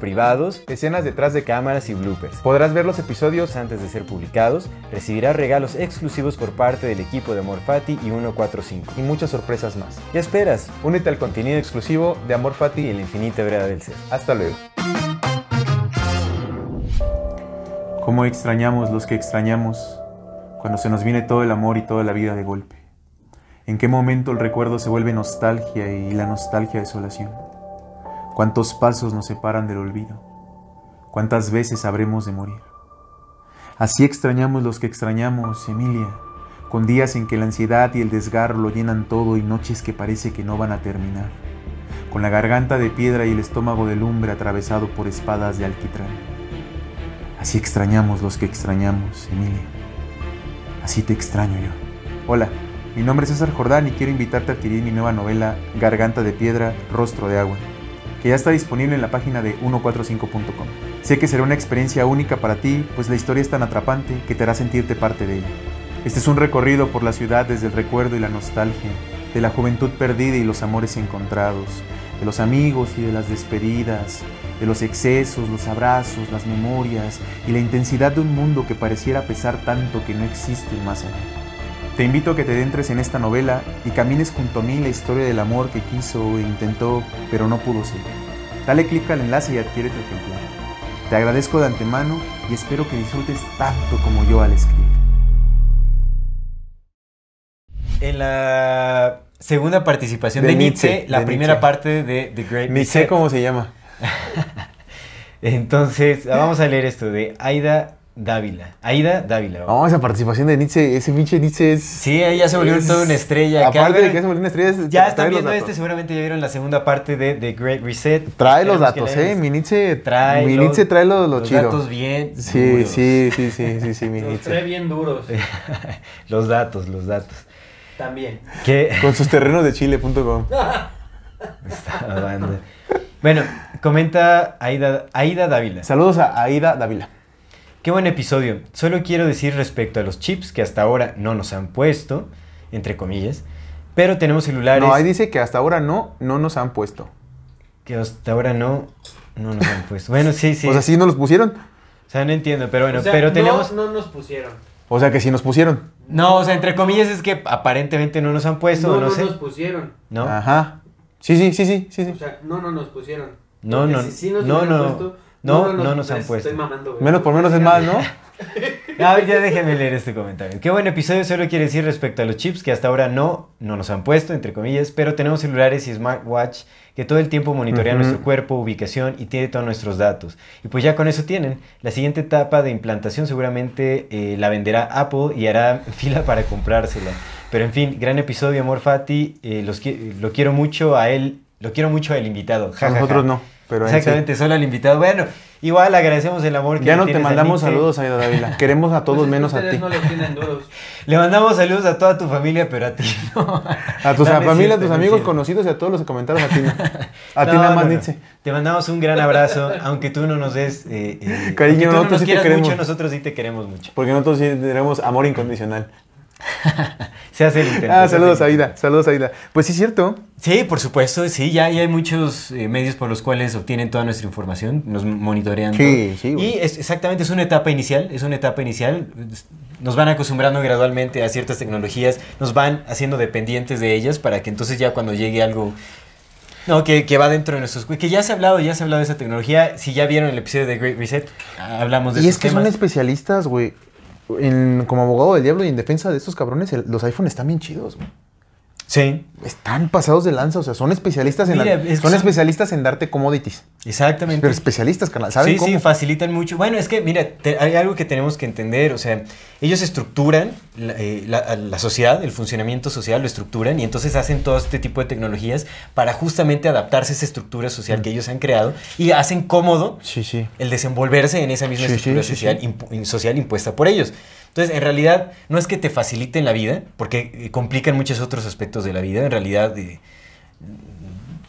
[SPEAKER 1] privados,
[SPEAKER 2] Escenas detrás de cámara.
[SPEAKER 1] cámaras y bloopers.
[SPEAKER 2] Podrás ver los episodios.
[SPEAKER 1] antes de ser publicados, recibirá regalos exclusivos por parte del equipo de Amor Fati y 145.
[SPEAKER 2] y muchas sorpresas más.
[SPEAKER 1] ¿Qué esperas?
[SPEAKER 2] Únete al contenido exclusivo de Amor
[SPEAKER 1] Y
[SPEAKER 2] Fati.
[SPEAKER 1] el infinito vereda del ser.
[SPEAKER 2] Hasta luego. Cómo extrañamos los que extrañamos cuando se nos viene todo el amor y toda la vida de golpe. En qué momento el recuerdo se vuelve nostalgia y la nostalgia desolación. Cuántos pasos nos separan del olvido. Cuántas veces habremos de morir. Así extrañamos los que extrañamos, Emilia, con días en que la ansiedad y el desgarro lo llenan todo y noches que parece que no van a terminar con la garganta de piedra y el estómago de lumbre atravesado por espadas de alquitrán. Así extrañamos los que extrañamos, Emilia. Así te extraño yo. Hola, mi nombre es César Jordán y quiero invitarte a adquirir mi nueva novela Garganta de Piedra, Rostro de Agua, que ya está disponible en la página de 145.com. Sé que será una experiencia única para ti, pues la historia es tan atrapante que te hará sentirte parte de ella. Este es un recorrido por la ciudad desde el recuerdo y la nostalgia, de la juventud perdida y los amores encontrados, de los amigos y de las despedidas, de los excesos, los abrazos, las memorias y la intensidad de un mundo que pareciera pesar tanto que no existe más allá. Te invito a que te adentres en esta novela y camines junto a mí la historia del amor que quiso e intentó, pero no pudo ser. Dale clic al enlace y adquiere tu ejemplar. Te agradezco de antemano y espero que disfrutes tanto como yo al escribir.
[SPEAKER 1] En la segunda participación de,
[SPEAKER 2] De
[SPEAKER 1] Nietzsche,
[SPEAKER 2] Nietzsche,
[SPEAKER 1] la
[SPEAKER 2] de
[SPEAKER 1] primera
[SPEAKER 2] Nietzsche.
[SPEAKER 1] parte de The Great
[SPEAKER 2] Ni sé cómo se llama.
[SPEAKER 1] Entonces, ah, vamos a leer esto de Aida Dávila. Aida Dávila.
[SPEAKER 2] No, esa participación de Nietzsche, ese pinche Nietzsche es.
[SPEAKER 1] Sí, ella se volvió
[SPEAKER 2] es-
[SPEAKER 1] toda una estrella. Que, a
[SPEAKER 2] Aparte
[SPEAKER 1] ver,
[SPEAKER 2] de que se volvió una estrella, es-
[SPEAKER 1] Ya
[SPEAKER 2] trae
[SPEAKER 1] están
[SPEAKER 2] los
[SPEAKER 1] viendo
[SPEAKER 2] datos.
[SPEAKER 1] este, seguramente ya vieron la segunda parte de The Great Reset.
[SPEAKER 2] Trae los
[SPEAKER 1] Esperemos que
[SPEAKER 2] datos,
[SPEAKER 1] la hayan
[SPEAKER 2] eh. Mi Nietzsche
[SPEAKER 1] Trae
[SPEAKER 2] mi
[SPEAKER 1] los-
[SPEAKER 2] Nietzsche trae lo, lo
[SPEAKER 1] los
[SPEAKER 2] chido.
[SPEAKER 1] datos bien
[SPEAKER 2] Sí,
[SPEAKER 1] duros.
[SPEAKER 2] sí, sí, sí, sí, sí, mi
[SPEAKER 3] Los
[SPEAKER 2] Nietzsche.
[SPEAKER 3] trae bien duros.
[SPEAKER 1] (laughs) Eh. los datos, los datos.
[SPEAKER 3] También.
[SPEAKER 1] Que (laughs)
[SPEAKER 2] (laughs) Con sus terrenos de chile.com.
[SPEAKER 1] Ah, banda. Bueno, comenta Aida, Aida Dávila.
[SPEAKER 2] Saludos a Aida Dávila.
[SPEAKER 1] Qué buen episodio. Solo quiero decir respecto a los chips que hasta ahora no nos han puesto, entre comillas, pero tenemos celulares
[SPEAKER 2] No, ahí dice que hasta ahora no, no nos han puesto.
[SPEAKER 1] que hasta ahora no, no nos han puesto. Bueno, sí, sí.
[SPEAKER 2] (laughs) O sea, sí nos los pusieron.
[SPEAKER 1] O sea, no entiendo, pero bueno,
[SPEAKER 3] O sea,
[SPEAKER 1] pero
[SPEAKER 3] no-
[SPEAKER 1] tenemos...
[SPEAKER 3] No, nos pusieron.
[SPEAKER 2] O sea, que sí nos pusieron.
[SPEAKER 1] No, o sea, entre comillas es que aparentemente no nos han puesto,
[SPEAKER 3] No,
[SPEAKER 1] no,
[SPEAKER 3] no
[SPEAKER 1] sé.
[SPEAKER 3] nos pusieron.
[SPEAKER 1] No,
[SPEAKER 2] Ajá. Sí, sí, sí, sí, sí.
[SPEAKER 3] O
[SPEAKER 2] sí.
[SPEAKER 3] sea, no, no nos pusieron.
[SPEAKER 1] No,
[SPEAKER 3] Porque
[SPEAKER 1] no,
[SPEAKER 3] si sí nos
[SPEAKER 1] no,
[SPEAKER 3] hubieran
[SPEAKER 1] no,
[SPEAKER 3] puesto,
[SPEAKER 1] no, no nos han
[SPEAKER 3] estoy
[SPEAKER 1] puesto.
[SPEAKER 3] mamando, güey.
[SPEAKER 2] Menos por menos es más, ¿no?
[SPEAKER 1] A ver, ya déjenme leer este comentario. Qué buen episodio, solo quiere decir respecto a los chips que hasta ahora no, no nos han puesto, entre comillas, pero tenemos celulares y smartwatch que todo el tiempo monitorean
[SPEAKER 2] Ujú.
[SPEAKER 1] nuestro cuerpo, ubicación y tiene todos nuestros datos. Y pues ya con eso tienen. La siguiente etapa de implantación seguramente eh, la venderá Apple y hará (laughs) fila para comprársela. Pero en fin, gran episodio, amor Fati. Eh, los, qui- lo quiero mucho a él, lo quiero mucho al invitado. Ja,
[SPEAKER 2] A
[SPEAKER 1] ja,
[SPEAKER 2] nosotros
[SPEAKER 1] ja.
[SPEAKER 2] no, pero en sí.
[SPEAKER 1] Exactamente, solo al invitado. Bueno, igual agradecemos el amor (laughs) que
[SPEAKER 2] Ya
[SPEAKER 1] le
[SPEAKER 2] no te
[SPEAKER 1] tienes al
[SPEAKER 2] mandamos
[SPEAKER 1] Lince.
[SPEAKER 2] saludos, Aida Dávila.
[SPEAKER 1] (laughs)
[SPEAKER 2] Queremos a todos
[SPEAKER 3] Pues es que
[SPEAKER 2] menos a
[SPEAKER 3] ustedes
[SPEAKER 2] ti.
[SPEAKER 3] no los tienen duros.
[SPEAKER 1] Le mandamos saludos a toda tu familia, pero a ti no.
[SPEAKER 2] A tus
[SPEAKER 1] No, no es
[SPEAKER 2] familia, a
[SPEAKER 1] cierto,
[SPEAKER 2] tus
[SPEAKER 1] no es
[SPEAKER 2] amigos,
[SPEAKER 1] cierto.
[SPEAKER 2] conocidos y a todos los que
[SPEAKER 1] (laughs)
[SPEAKER 2] comentaron a ti. no. A ti
[SPEAKER 1] No,
[SPEAKER 2] nada
[SPEAKER 1] no,
[SPEAKER 2] más,
[SPEAKER 1] no.
[SPEAKER 2] Nietzsche.
[SPEAKER 1] Te mandamos un gran abrazo, aunque tú no nos des... eh, eh,
[SPEAKER 2] Cariño,
[SPEAKER 1] aunque tú no nos
[SPEAKER 2] nosotros sí te
[SPEAKER 1] quieras
[SPEAKER 2] queremos.
[SPEAKER 1] mucho, nosotros sí te queremos mucho. (laughs)
[SPEAKER 2] Porque nosotros sí tenemos amor incondicional.
[SPEAKER 1] Se hace el intento. se
[SPEAKER 2] Ah,
[SPEAKER 1] hace
[SPEAKER 2] saludos,
[SPEAKER 1] el intento.
[SPEAKER 2] Aida. Saludos, Aida. Pues sí, es cierto.
[SPEAKER 1] Sí, por supuesto, sí, ya, ya hay muchos eh, medios por los cuales obtienen toda nuestra información, nos monitorean.
[SPEAKER 2] Sí,
[SPEAKER 1] todo.
[SPEAKER 2] sí, güey.
[SPEAKER 1] Y es- exactamente, es una etapa inicial, es una etapa inicial. Nos van acostumbrando gradualmente a ciertas tecnologías, nos van haciendo dependientes de ellas para que entonces ya cuando llegue algo... No, que, que va dentro de nuestros... Que ya se ha hablado, ya se ha hablado de esa tecnología. Si ya vieron el episodio de Great Reset, ah, hablamos de
[SPEAKER 2] Y
[SPEAKER 1] esos
[SPEAKER 2] es que son
[SPEAKER 1] temas.
[SPEAKER 2] especialistas, güey. En- como abogado del diablo y en defensa de estos cabrones, el- los iPhones están bien chidos, güey.
[SPEAKER 1] Sí,
[SPEAKER 2] Están pasados de lanza, o sea, son especialistas en,
[SPEAKER 1] Mira, es que
[SPEAKER 2] son
[SPEAKER 1] son-
[SPEAKER 2] especialistas en darte commodities.
[SPEAKER 1] exactamente.
[SPEAKER 2] Pero especialistas, carnal, ¿saben
[SPEAKER 1] sí,
[SPEAKER 2] cómo?
[SPEAKER 1] sí, facilitan mucho. Bueno, es que, mira, te- hay algo que tenemos que entender, o sea, ellos estructuran la, eh, la- a la sociedad, el funcionamiento social lo estructuran y entonces hacen todo este tipo de tecnologías para justamente adaptarse a esa estructura social que ellos han creado y hacen cómodo
[SPEAKER 2] Mm. Sí, sí.
[SPEAKER 1] el desenvolverse en esa misma
[SPEAKER 2] Sí,
[SPEAKER 1] estructura
[SPEAKER 2] sí, sí,
[SPEAKER 1] social,
[SPEAKER 2] sí.
[SPEAKER 1] impu- in- social impuesta por ellos. Entonces, en realidad, no es que te faciliten la vida, porque eh, complican muchos otros aspectos de la vida. En realidad, eh,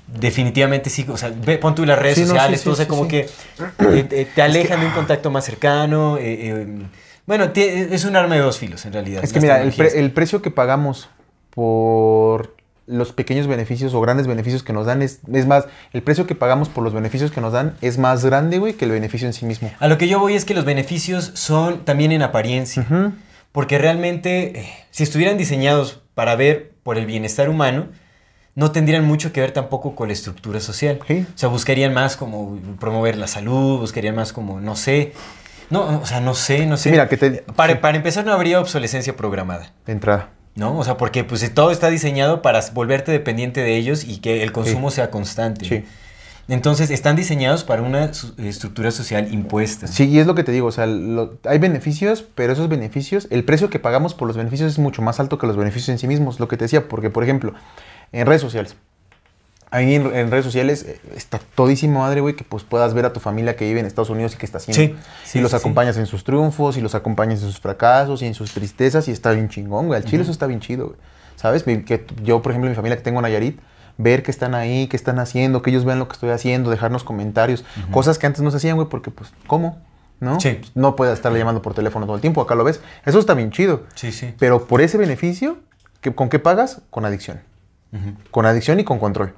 [SPEAKER 1] definitivamente sí. O sea, ve, pon tú las redes
[SPEAKER 2] Sí, no, sí,
[SPEAKER 1] sociales,
[SPEAKER 2] sí,
[SPEAKER 1] todo, o sea,
[SPEAKER 2] sí,
[SPEAKER 1] como
[SPEAKER 2] sí.
[SPEAKER 1] que eh, eh, te alejan de un contacto más cercano. eh, eh, bueno, ti- eh, es un arma de dos filos, en realidad.
[SPEAKER 2] Es que
[SPEAKER 1] las
[SPEAKER 2] mira, el, pre-
[SPEAKER 1] tecnologías.
[SPEAKER 2] el precio que pagamos por los pequeños beneficios o grandes beneficios que nos dan es, es más, el precio que pagamos por los beneficios que nos dan es más grande, güey, que el beneficio en sí mismo.
[SPEAKER 1] A lo que yo voy es que los beneficios son también en apariencia. Porque realmente, eh, si estuvieran diseñados para ver por el bienestar humano, no tendrían mucho que ver tampoco con la estructura social.
[SPEAKER 2] Sí.
[SPEAKER 1] O sea, buscarían más como promover la salud, buscarían más como, no sé. No, o sea, no sé, no sé.
[SPEAKER 2] mira, que te-
[SPEAKER 1] Para, para empezar, no habría obsolescencia programada.
[SPEAKER 2] De entrada.
[SPEAKER 1] ¿No? O sea, porque pues todo está diseñado para volverte dependiente de ellos y que el consumo sea constante.
[SPEAKER 2] Sí.
[SPEAKER 1] Entonces, están diseñados para una su- estructura social impuesta.
[SPEAKER 2] Sí, y es lo que te digo, o sea, lo- hay beneficios, pero esos beneficios, el precio que pagamos por los beneficios es mucho más alto que los beneficios en sí mismos, lo que te decía, porque por ejemplo, en redes sociales, ahí en, en redes sociales eh, está todísimo madre, güey, que pues puedas ver a tu familia que vive en Estados Unidos y que está haciendo.
[SPEAKER 1] Sí, sí,
[SPEAKER 2] y los
[SPEAKER 1] sí, sí.
[SPEAKER 2] acompañas en sus triunfos, y los acompañas en sus fracasos, y en sus tristezas, y está bien chingón, güey, al chile eso está bien chido, güey. ¿Sabes? Mi- Que t- yo, por ejemplo, mi familia que tengo en Nayarit, ver que están ahí, que están haciendo, que ellos vean lo que estoy haciendo, dejarnos comentarios, cosas que antes no se hacían, güey, porque pues, ¿cómo? ¿No? Pues,
[SPEAKER 1] Sí.
[SPEAKER 2] No puedes estarle llamando por teléfono todo el tiempo, acá lo ves. Eso está bien chido.
[SPEAKER 1] Sí, sí.
[SPEAKER 2] Pero por ese beneficio, ¿qué- ¿con qué pagas? Con adicción. Con adicción y con control.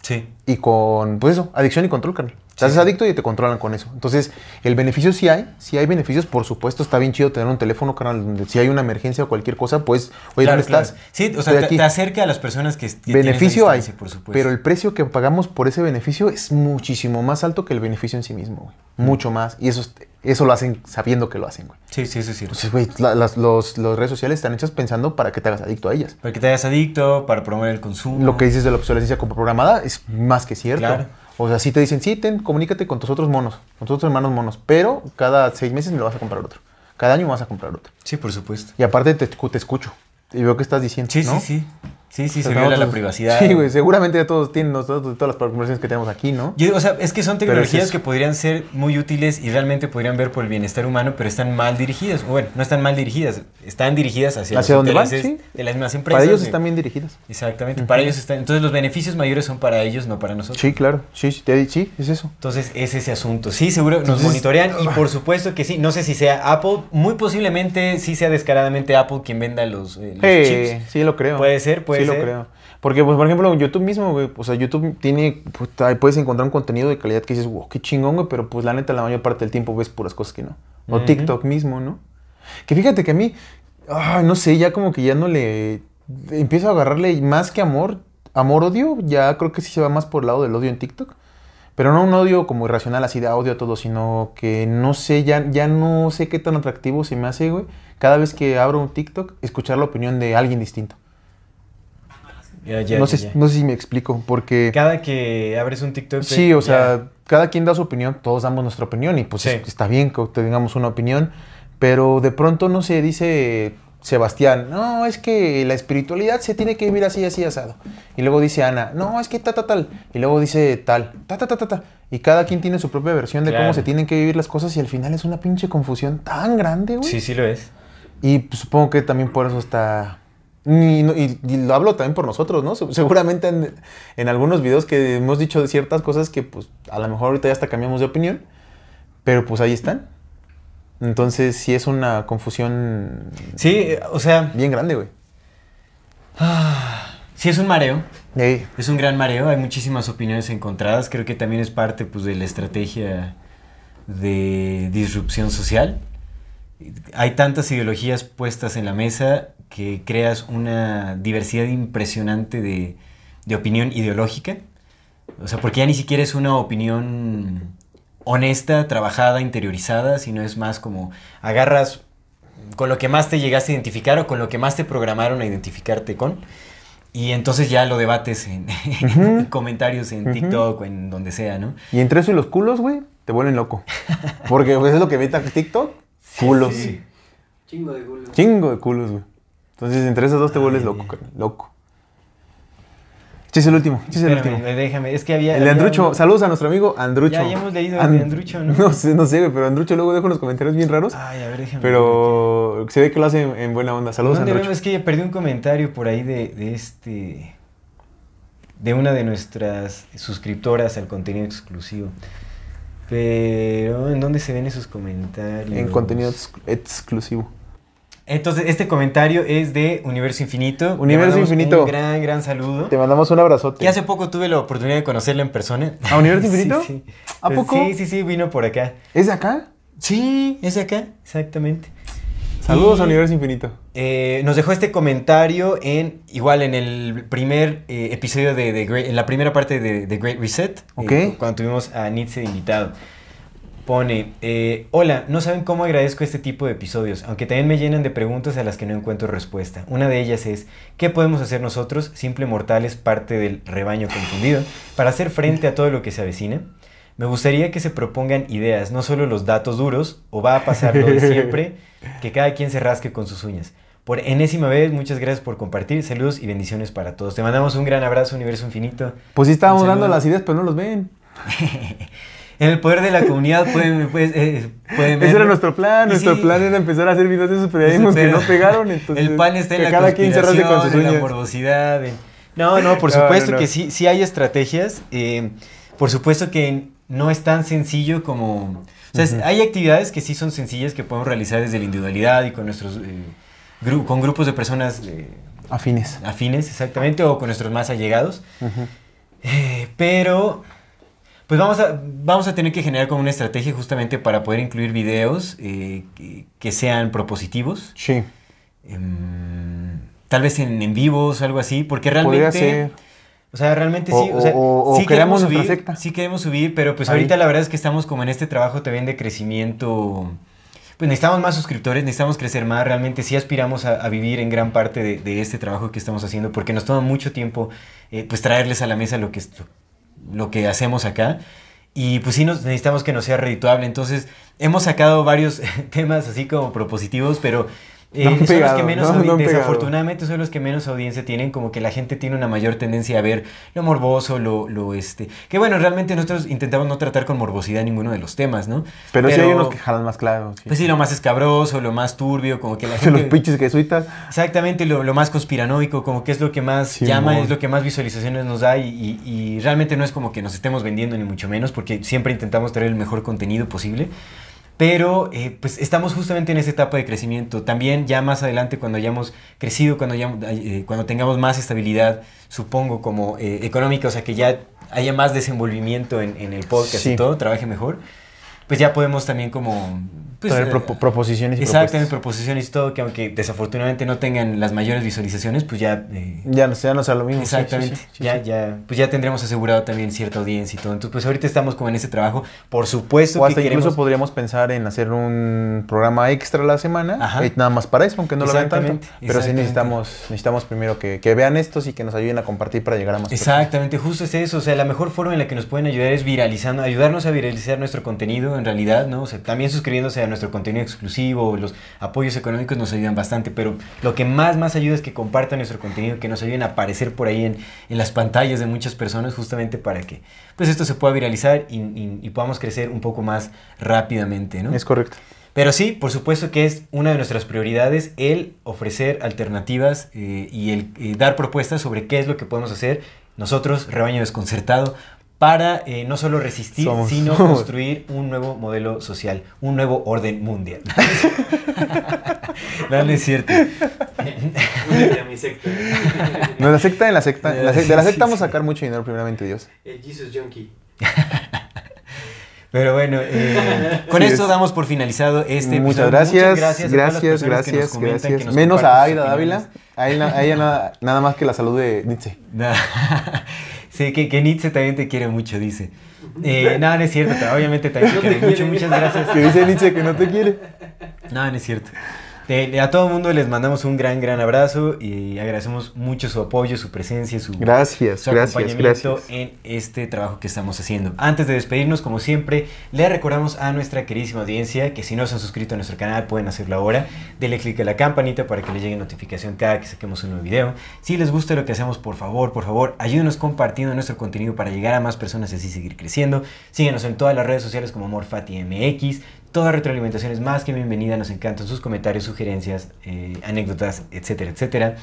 [SPEAKER 1] Sí.
[SPEAKER 2] Y con, pues eso, adicción y control, carnal. Te haces adicto y te controlan con eso. Entonces, el beneficio sí hay, sí hay beneficios, por supuesto, está bien chido tener un teléfono, carnal, donde si hay una emergencia o cualquier cosa, pues, oye,
[SPEAKER 1] Claro,
[SPEAKER 2] ¿dónde
[SPEAKER 1] claro.
[SPEAKER 2] estás?
[SPEAKER 1] Sí, o
[SPEAKER 2] Estoy
[SPEAKER 1] sea, te,
[SPEAKER 2] aquí.
[SPEAKER 1] te acerca a las personas que, que tienen esa
[SPEAKER 2] beneficio hay,
[SPEAKER 1] distancia, por supuesto.
[SPEAKER 2] pero el precio que pagamos por ese beneficio es muchísimo más alto que el beneficio en sí mismo, güey.
[SPEAKER 1] Mm.
[SPEAKER 2] Mucho más. Y eso, es- eso lo hacen sabiendo que lo hacen, güey.
[SPEAKER 1] Sí, sí, eso es cierto.
[SPEAKER 2] Entonces, güey, la- las los- las redes sociales están hechas pensando para que te hagas adicto a ellas.
[SPEAKER 1] Para que te hagas adicto, para promover el consumo.
[SPEAKER 2] Lo que dices de la obsolescencia como programada es más que cierto.
[SPEAKER 1] Claro.
[SPEAKER 2] O sea, si te dicen, sí, ten, comunícate con tus otros monos, con tus otros hermanos monos, pero cada seis meses me lo vas a comprar otro. Cada año me vas a comprar otro.
[SPEAKER 1] Sí, por supuesto.
[SPEAKER 2] Y aparte te, escu- te escucho y veo que estás diciendo.
[SPEAKER 1] Sí,
[SPEAKER 2] ¿no?
[SPEAKER 1] sí, sí. Sí, sí,
[SPEAKER 2] O
[SPEAKER 1] se
[SPEAKER 2] sea,
[SPEAKER 1] viola la
[SPEAKER 2] nosotros-
[SPEAKER 1] privacidad.
[SPEAKER 2] Sí, güey, seguramente ya todos tienen nosotros- todas las conversaciones que tenemos aquí, ¿no?
[SPEAKER 1] Yo digo, o sea, es que son
[SPEAKER 2] Pero es
[SPEAKER 1] tecnologías
[SPEAKER 2] eso.
[SPEAKER 1] que podrían ser muy útiles y realmente podrían ver por el bienestar humano, pero están mal dirigidas. O bueno, no están mal dirigidas, están dirigidas hacia,
[SPEAKER 2] ¿Hacia
[SPEAKER 1] los
[SPEAKER 2] dónde van?
[SPEAKER 1] intereses
[SPEAKER 2] Sí.
[SPEAKER 1] de las mismas empresas.
[SPEAKER 2] Para ellos
[SPEAKER 1] de-
[SPEAKER 2] están bien dirigidas.
[SPEAKER 1] Exactamente, para ellos están. Entonces los beneficios mayores son para ellos, no para nosotros.
[SPEAKER 2] Sí, claro. Sí, sí, te- sí, es eso.
[SPEAKER 1] Entonces es ese asunto. Sí, seguro nos
[SPEAKER 2] Entonces- ah.
[SPEAKER 1] monitorean y por supuesto que sí. No sé si sea Apple, muy posiblemente sí sea descaradamente Apple quien venda los, eh, los
[SPEAKER 2] Eh,
[SPEAKER 1] chips.
[SPEAKER 2] Sí, lo creo.
[SPEAKER 1] Puede ser, puede
[SPEAKER 2] sí
[SPEAKER 1] ser.
[SPEAKER 2] lo creo. Porque, pues, por ejemplo, YouTube mismo, güey, o sea, YouTube tiene, puta, ahí puedes encontrar un contenido de calidad que dices, wow, qué chingón, güey, pero pues la neta la mayor parte del tiempo ves puras cosas que no. O TikTok mismo, ¿no? Que fíjate que a mí, Ay, no sé, ya como que ya no le. Empiezo a agarrarle más que amor, amor-odio. Ya creo que sí se va más por el lado del odio en TikTok. Pero no un odio como irracional, así de "Ah, odio a todo, sino que no sé, ya, ya no sé qué tan atractivo se me hace, güey. Cada vez que abro un TikTok, escuchar la opinión de alguien distinto.
[SPEAKER 1] Ya, ya,
[SPEAKER 2] no,
[SPEAKER 1] ya,
[SPEAKER 2] sé,
[SPEAKER 1] ya.
[SPEAKER 2] no sé si me explico, porque.
[SPEAKER 1] Cada que abres un TikTok.
[SPEAKER 2] Sí, o
[SPEAKER 1] ya.
[SPEAKER 2] sea, cada quien da su opinión, todos damos nuestra opinión y pues
[SPEAKER 1] Sí.
[SPEAKER 2] es- está bien que tengamos una opinión, pero de pronto no se dice Sebastián, no, es que la espiritualidad se tiene que vivir así, así, asado. Y luego dice Ana, no, es que ta, ta, tal. Y luego dice tal, ta, ta, ta, ta, ta. Y cada quien tiene su propia versión de
[SPEAKER 1] Claro.
[SPEAKER 2] cómo se tienen que vivir las cosas y al final es una pinche confusión tan grande, güey.
[SPEAKER 1] Sí, sí lo es.
[SPEAKER 2] Y pues, supongo que también por eso está... Y, no- y- y lo hablo también por nosotros, ¿no? (laughs) Se- Seguramente en, en algunos videos que hemos dicho de ciertas cosas que pues a lo mejor ahorita ya hasta cambiamos de opinión, pero pues ahí están. Entonces sí es una confusión
[SPEAKER 1] Sí, eh, o sea,
[SPEAKER 2] bien grande, güey.
[SPEAKER 1] sí es un mareo.
[SPEAKER 2] Ey,
[SPEAKER 1] Es un gran mareo, hay muchísimas opiniones encontradas. Creo que también es parte pues, de la estrategia de disrupción social. Hay tantas ideologías puestas en la mesa que creas una diversidad impresionante de, de opinión ideológica. O sea, porque ya ni siquiera es una opinión honesta, trabajada, interiorizada, sino es más como agarras con lo que más te llegaste a identificar o con lo que más te programaron a identificarte con. Y entonces ya lo debates en, en (laughs) comentarios en TikTok o en donde sea, ¿no?
[SPEAKER 2] Y entre eso y los culos, güey, te vuelven loco. Porque pues, es lo que meta TikTok, culos.
[SPEAKER 3] Chingo de
[SPEAKER 1] (laughs)
[SPEAKER 3] culo.
[SPEAKER 2] Chingo de culos, güey. Entonces entre esos dos te vuelves loco, carnal, loco. Este es el último, este es el
[SPEAKER 1] Espérame,
[SPEAKER 2] último.
[SPEAKER 1] déjame, es que había...
[SPEAKER 2] El de
[SPEAKER 1] había
[SPEAKER 2] Andrucho.
[SPEAKER 1] uno-
[SPEAKER 2] Saludos a nuestro amigo Andrucho.
[SPEAKER 1] Ya, ya hemos leído el de Andrucho, ¿no?
[SPEAKER 2] (laughs) No sé, no sé, güey, pero Andrucho luego deja unos comentarios bien raros.
[SPEAKER 1] Ay, a ver, déjame.
[SPEAKER 2] Pero se ve que lo hace en buena onda. Saludos,
[SPEAKER 1] ¿Dónde
[SPEAKER 2] Andrucho.
[SPEAKER 1] vemos? Es que perdí un comentario por ahí de, de este... De una de nuestras suscriptoras al contenido exclusivo. Pero, ¿en dónde se ven esos comentarios?
[SPEAKER 2] En contenido ex- exclusivo.
[SPEAKER 1] Entonces, este comentario es de Universo Infinito. Le
[SPEAKER 2] Universo
[SPEAKER 1] mandamos
[SPEAKER 2] Infinito.
[SPEAKER 1] Un gran, gran saludo.
[SPEAKER 2] Te mandamos un abrazote.
[SPEAKER 1] Que hace poco tuve la oportunidad de conocerla en persona.
[SPEAKER 2] ¿A Universo Infinito?
[SPEAKER 1] (laughs) Sí, sí.
[SPEAKER 2] ¿A
[SPEAKER 1] Pues,
[SPEAKER 2] poco?
[SPEAKER 1] Sí, sí, sí, vino por acá.
[SPEAKER 2] ¿Es de acá?
[SPEAKER 1] Sí, es de acá, exactamente.
[SPEAKER 2] Saludos
[SPEAKER 1] Y-
[SPEAKER 2] a Universo Infinito.
[SPEAKER 1] Eh, nos dejó este comentario en, igual en el primer eh, episodio de, The Great- en la primera parte de The Great Reset, eh,
[SPEAKER 2] Ok.
[SPEAKER 1] cuando tuvimos a Nietzsche de invitado. Pone, eh, hola, no saben cómo agradezco este tipo de episodios, aunque también me llenan de preguntas a las que no encuentro respuesta. Una de ellas es, ¿qué podemos hacer nosotros, simple mortales, parte del rebaño confundido, para hacer frente a todo lo que se avecina? Me gustaría que se propongan ideas, no solo los datos duros, o va a pasar lo de siempre, que cada quien se rasque con sus uñas. Por enésima vez, muchas gracias por compartir, saludos y bendiciones para todos. Te mandamos un gran abrazo, Universo Infinito.
[SPEAKER 2] Pues sí estábamos
[SPEAKER 1] Un saludo.
[SPEAKER 2] dando las ideas, pero no los ven.
[SPEAKER 1] En el poder de la comunidad pueden, pues, eh, pueden
[SPEAKER 2] Ese era
[SPEAKER 1] verlo.
[SPEAKER 2] nuestro plan.
[SPEAKER 1] Y
[SPEAKER 2] Nuestro
[SPEAKER 1] sí,
[SPEAKER 2] plan era empezar a hacer videos de esos, pero ya
[SPEAKER 1] ese
[SPEAKER 2] vimos que
[SPEAKER 1] pedo.
[SPEAKER 2] no pegaron. Entonces,
[SPEAKER 1] (laughs) el pan está en
[SPEAKER 2] que
[SPEAKER 1] la
[SPEAKER 2] cada quien se rasgue con sus
[SPEAKER 1] conspiración, en la
[SPEAKER 2] uñas.
[SPEAKER 1] morbosidad. en- No, no, por
[SPEAKER 2] (laughs) No, no,
[SPEAKER 1] supuesto
[SPEAKER 2] no.
[SPEAKER 1] que sí, sí hay estrategias. eh, por supuesto que no es tan sencillo como... O sea, es- hay actividades que sí son sencillas que podemos realizar desde la individualidad y con nuestros... eh, gru- con grupos de personas... eh,
[SPEAKER 2] Afines.
[SPEAKER 1] afines, exactamente, o con nuestros más allegados. Eh, pero, pues vamos a, vamos a tener que generar como una estrategia justamente para poder incluir videos eh, que, que sean propositivos.
[SPEAKER 2] Sí.
[SPEAKER 1] Em, tal vez en, en vivos, algo así, porque realmente...
[SPEAKER 2] Podría ser.
[SPEAKER 1] O sea, realmente
[SPEAKER 2] O-
[SPEAKER 1] sí. O, sea,
[SPEAKER 2] o- o
[SPEAKER 1] sí
[SPEAKER 2] creamos
[SPEAKER 1] queremos
[SPEAKER 2] nuestra
[SPEAKER 1] subir,
[SPEAKER 2] secta.
[SPEAKER 1] Sí queremos subir, pero pues
[SPEAKER 2] Ahí.
[SPEAKER 1] ahorita la verdad es que estamos como en este trabajo también de crecimiento. Pues necesitamos más suscriptores, necesitamos crecer más. Realmente sí aspiramos a, a vivir en gran parte de, de este trabajo que estamos haciendo, porque nos toma mucho tiempo eh, pues traerles a la mesa lo que, es- lo que hacemos acá. Y pues sí nos, necesitamos que nos sea redituable. Entonces hemos sacado varios (laughs) temas así como propositivos, pero... eh,
[SPEAKER 2] No han
[SPEAKER 1] son los
[SPEAKER 2] pegado,
[SPEAKER 1] que menos
[SPEAKER 2] no, no han
[SPEAKER 1] audi-
[SPEAKER 2] pegado.
[SPEAKER 1] desafortuna- Afortunadamente son los que menos audiencia tienen, como que la gente tiene una mayor tendencia a ver lo morboso, lo, lo este. Que bueno, realmente nosotros intentamos no tratar con morbosidad ninguno de los temas, ¿no?
[SPEAKER 2] Pero, sí hay unos que jalan más claro. sí.
[SPEAKER 1] Pues sí, lo más escabroso, lo más turbio, como que la
[SPEAKER 2] (laughs) los
[SPEAKER 1] gente.
[SPEAKER 2] pinches jesuitas.
[SPEAKER 1] Exactamente, lo, lo más conspiranoico, como que es lo que más
[SPEAKER 2] Sí,
[SPEAKER 1] llama,
[SPEAKER 2] mon.
[SPEAKER 1] es lo que más visualizaciones nos da y, y- y realmente no es como que nos estemos vendiendo ni mucho menos, porque siempre intentamos traer el mejor contenido posible. Pero eh, pues estamos justamente en esa etapa de crecimiento. También ya más adelante, cuando hayamos crecido, cuando, hayamos- eh, cuando tengamos más estabilidad, supongo, como eh, económica, o sea, que ya haya más desenvolvimiento en, en el podcast
[SPEAKER 2] Sí.
[SPEAKER 1] y todo, trabaje mejor pues ya podemos también como... Pues,
[SPEAKER 2] Traer
[SPEAKER 1] eh,
[SPEAKER 2] propo- proposiciones y
[SPEAKER 1] Exactamente,
[SPEAKER 2] propuestas.
[SPEAKER 1] proposiciones y todo, que aunque desafortunadamente no tengan las mayores visualizaciones, pues ya... eh,
[SPEAKER 2] Ya, no- ya no sea lo mismo. sí, sí,
[SPEAKER 1] Exactamente.
[SPEAKER 2] sí, sí,
[SPEAKER 1] ya,
[SPEAKER 2] sí.
[SPEAKER 1] ya, pues ya tendremos asegurado también cierta audiencia y todo. Entonces, pues ahorita estamos como en ese trabajo. Por supuesto
[SPEAKER 2] O
[SPEAKER 1] que
[SPEAKER 2] hasta incluso
[SPEAKER 1] queremos.
[SPEAKER 2] podríamos pensar en hacer un programa extra a la semana,
[SPEAKER 1] Ajá.
[SPEAKER 2] eh, nada más para eso, aunque no lo vean tanto.
[SPEAKER 1] Exactamente,
[SPEAKER 2] Pero sí
[SPEAKER 1] exactamente.
[SPEAKER 2] necesitamos, necesitamos primero que, que vean estos y que nos ayuden a compartir para llegar a más personas.
[SPEAKER 1] Exactamente, justo es eso. O sea, la mejor forma en la que nos pueden ayudar es viralizando, ayudarnos a viralizar nuestro contenido en realidad, ¿no? O sea, también suscribiéndose a nuestro contenido exclusivo, los apoyos económicos nos ayudan bastante, pero lo que más, más ayuda es que compartan nuestro contenido, que nos ayuden a aparecer por ahí en, en las pantallas de muchas personas, justamente para que, pues, esto se pueda viralizar y, y- y podamos crecer un poco más rápidamente, ¿no?
[SPEAKER 2] Es correcto.
[SPEAKER 1] Pero sí, por supuesto que es una de nuestras prioridades el ofrecer alternativas eh, y el eh, dar propuestas sobre qué es lo que podemos hacer nosotros, rebaño desconcertado, para eh, no solo resistir,
[SPEAKER 2] Somos-
[SPEAKER 1] sino construir un nuevo modelo social, un nuevo orden mundial. (laughs) no, no es cierto.
[SPEAKER 3] Únete a
[SPEAKER 1] (laughs)
[SPEAKER 3] mi secta.
[SPEAKER 2] No, la secta, en la secta, en la
[SPEAKER 1] Sí,
[SPEAKER 2] sec- de la
[SPEAKER 1] sí,
[SPEAKER 2] secta vamos
[SPEAKER 1] sí.
[SPEAKER 2] a sacar mucho dinero, primeramente Dios.
[SPEAKER 3] El Jesus Junkie.
[SPEAKER 1] Pero bueno, eh, con
[SPEAKER 2] Sí,
[SPEAKER 1] esto
[SPEAKER 2] es.
[SPEAKER 1] damos por finalizado este
[SPEAKER 2] Muchas
[SPEAKER 1] episodio.
[SPEAKER 2] gracias,
[SPEAKER 1] Muchas
[SPEAKER 2] gracias,
[SPEAKER 1] gracias, a todas las
[SPEAKER 2] gracias,
[SPEAKER 1] personas que nos
[SPEAKER 2] gracias.
[SPEAKER 1] comentan, que nos
[SPEAKER 2] Menos a
[SPEAKER 1] comparten sus
[SPEAKER 2] Aida
[SPEAKER 1] opiniones.
[SPEAKER 2] Dávila, a ella, a ella nada, nada más que la salud de Nietzsche.
[SPEAKER 1] Nada. (laughs) sí, que, que Nietzsche también te quiere mucho, dice. Eh, no, no es cierto, pero obviamente también te
[SPEAKER 3] No te
[SPEAKER 1] quiere mucho,
[SPEAKER 3] quiere.
[SPEAKER 1] muchas gracias.
[SPEAKER 2] Que dice Nietzsche que no te quiere.
[SPEAKER 1] No, no es cierto. Te- a todo el mundo les mandamos un gran, gran abrazo y agradecemos mucho su apoyo, su presencia, su,
[SPEAKER 2] Gracias,
[SPEAKER 1] su
[SPEAKER 2] gracias,
[SPEAKER 1] acompañamiento
[SPEAKER 2] gracias.
[SPEAKER 1] en este trabajo que estamos haciendo. Antes de despedirnos, como siempre, le recordamos a nuestra queridísima audiencia que si no se han suscrito a nuestro canal pueden hacerlo ahora. Denle clic a la campanita para que les llegue notificación cada que saquemos un nuevo video. Si les gusta lo que hacemos, por favor, por favor, ayúdenos compartiendo nuestro contenido para llegar a más personas y así seguir creciendo. Síguenos en todas las redes sociales como MorfatiMX. Toda retroalimentación es más que bienvenida. Nos encantan sus comentarios, sugerencias, eh, anécdotas, etcétera, etcétera.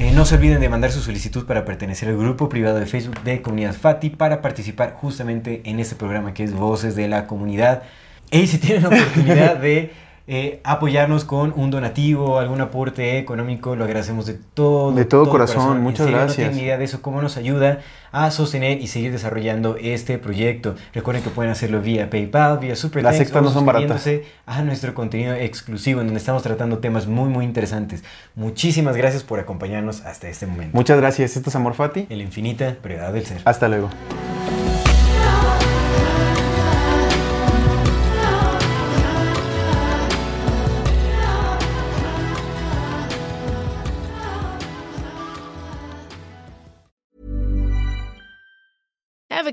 [SPEAKER 1] Eh, no se olviden de mandar su solicitud para pertenecer al grupo privado de Facebook de Comunidad Fati para participar justamente en este programa que es Voces de la Comunidad. Y si tienen la oportunidad
[SPEAKER 2] (laughs)
[SPEAKER 1] de eh, apoyarnos con un donativo, algún aporte económico, lo agradecemos de todo.
[SPEAKER 2] De todo corazón,
[SPEAKER 1] En
[SPEAKER 2] muchas
[SPEAKER 1] serio, No
[SPEAKER 2] gracias.
[SPEAKER 1] tienen idea de eso, cómo nos ayuda a sostener y seguir desarrollando este proyecto. Recuerden que pueden hacerlo vía PayPal, vía Super
[SPEAKER 2] Las
[SPEAKER 1] Thanks
[SPEAKER 2] sectas
[SPEAKER 1] o
[SPEAKER 2] no son baratas.
[SPEAKER 1] suscribiéndose a nuestro contenido exclusivo en donde estamos tratando temas muy, muy interesantes. Muchísimas gracias por acompañarnos hasta este momento
[SPEAKER 2] Muchas gracias. Esto es Amor Fati.
[SPEAKER 1] en la infinita brevedad del ser.
[SPEAKER 2] Hasta luego.
[SPEAKER 4] Ever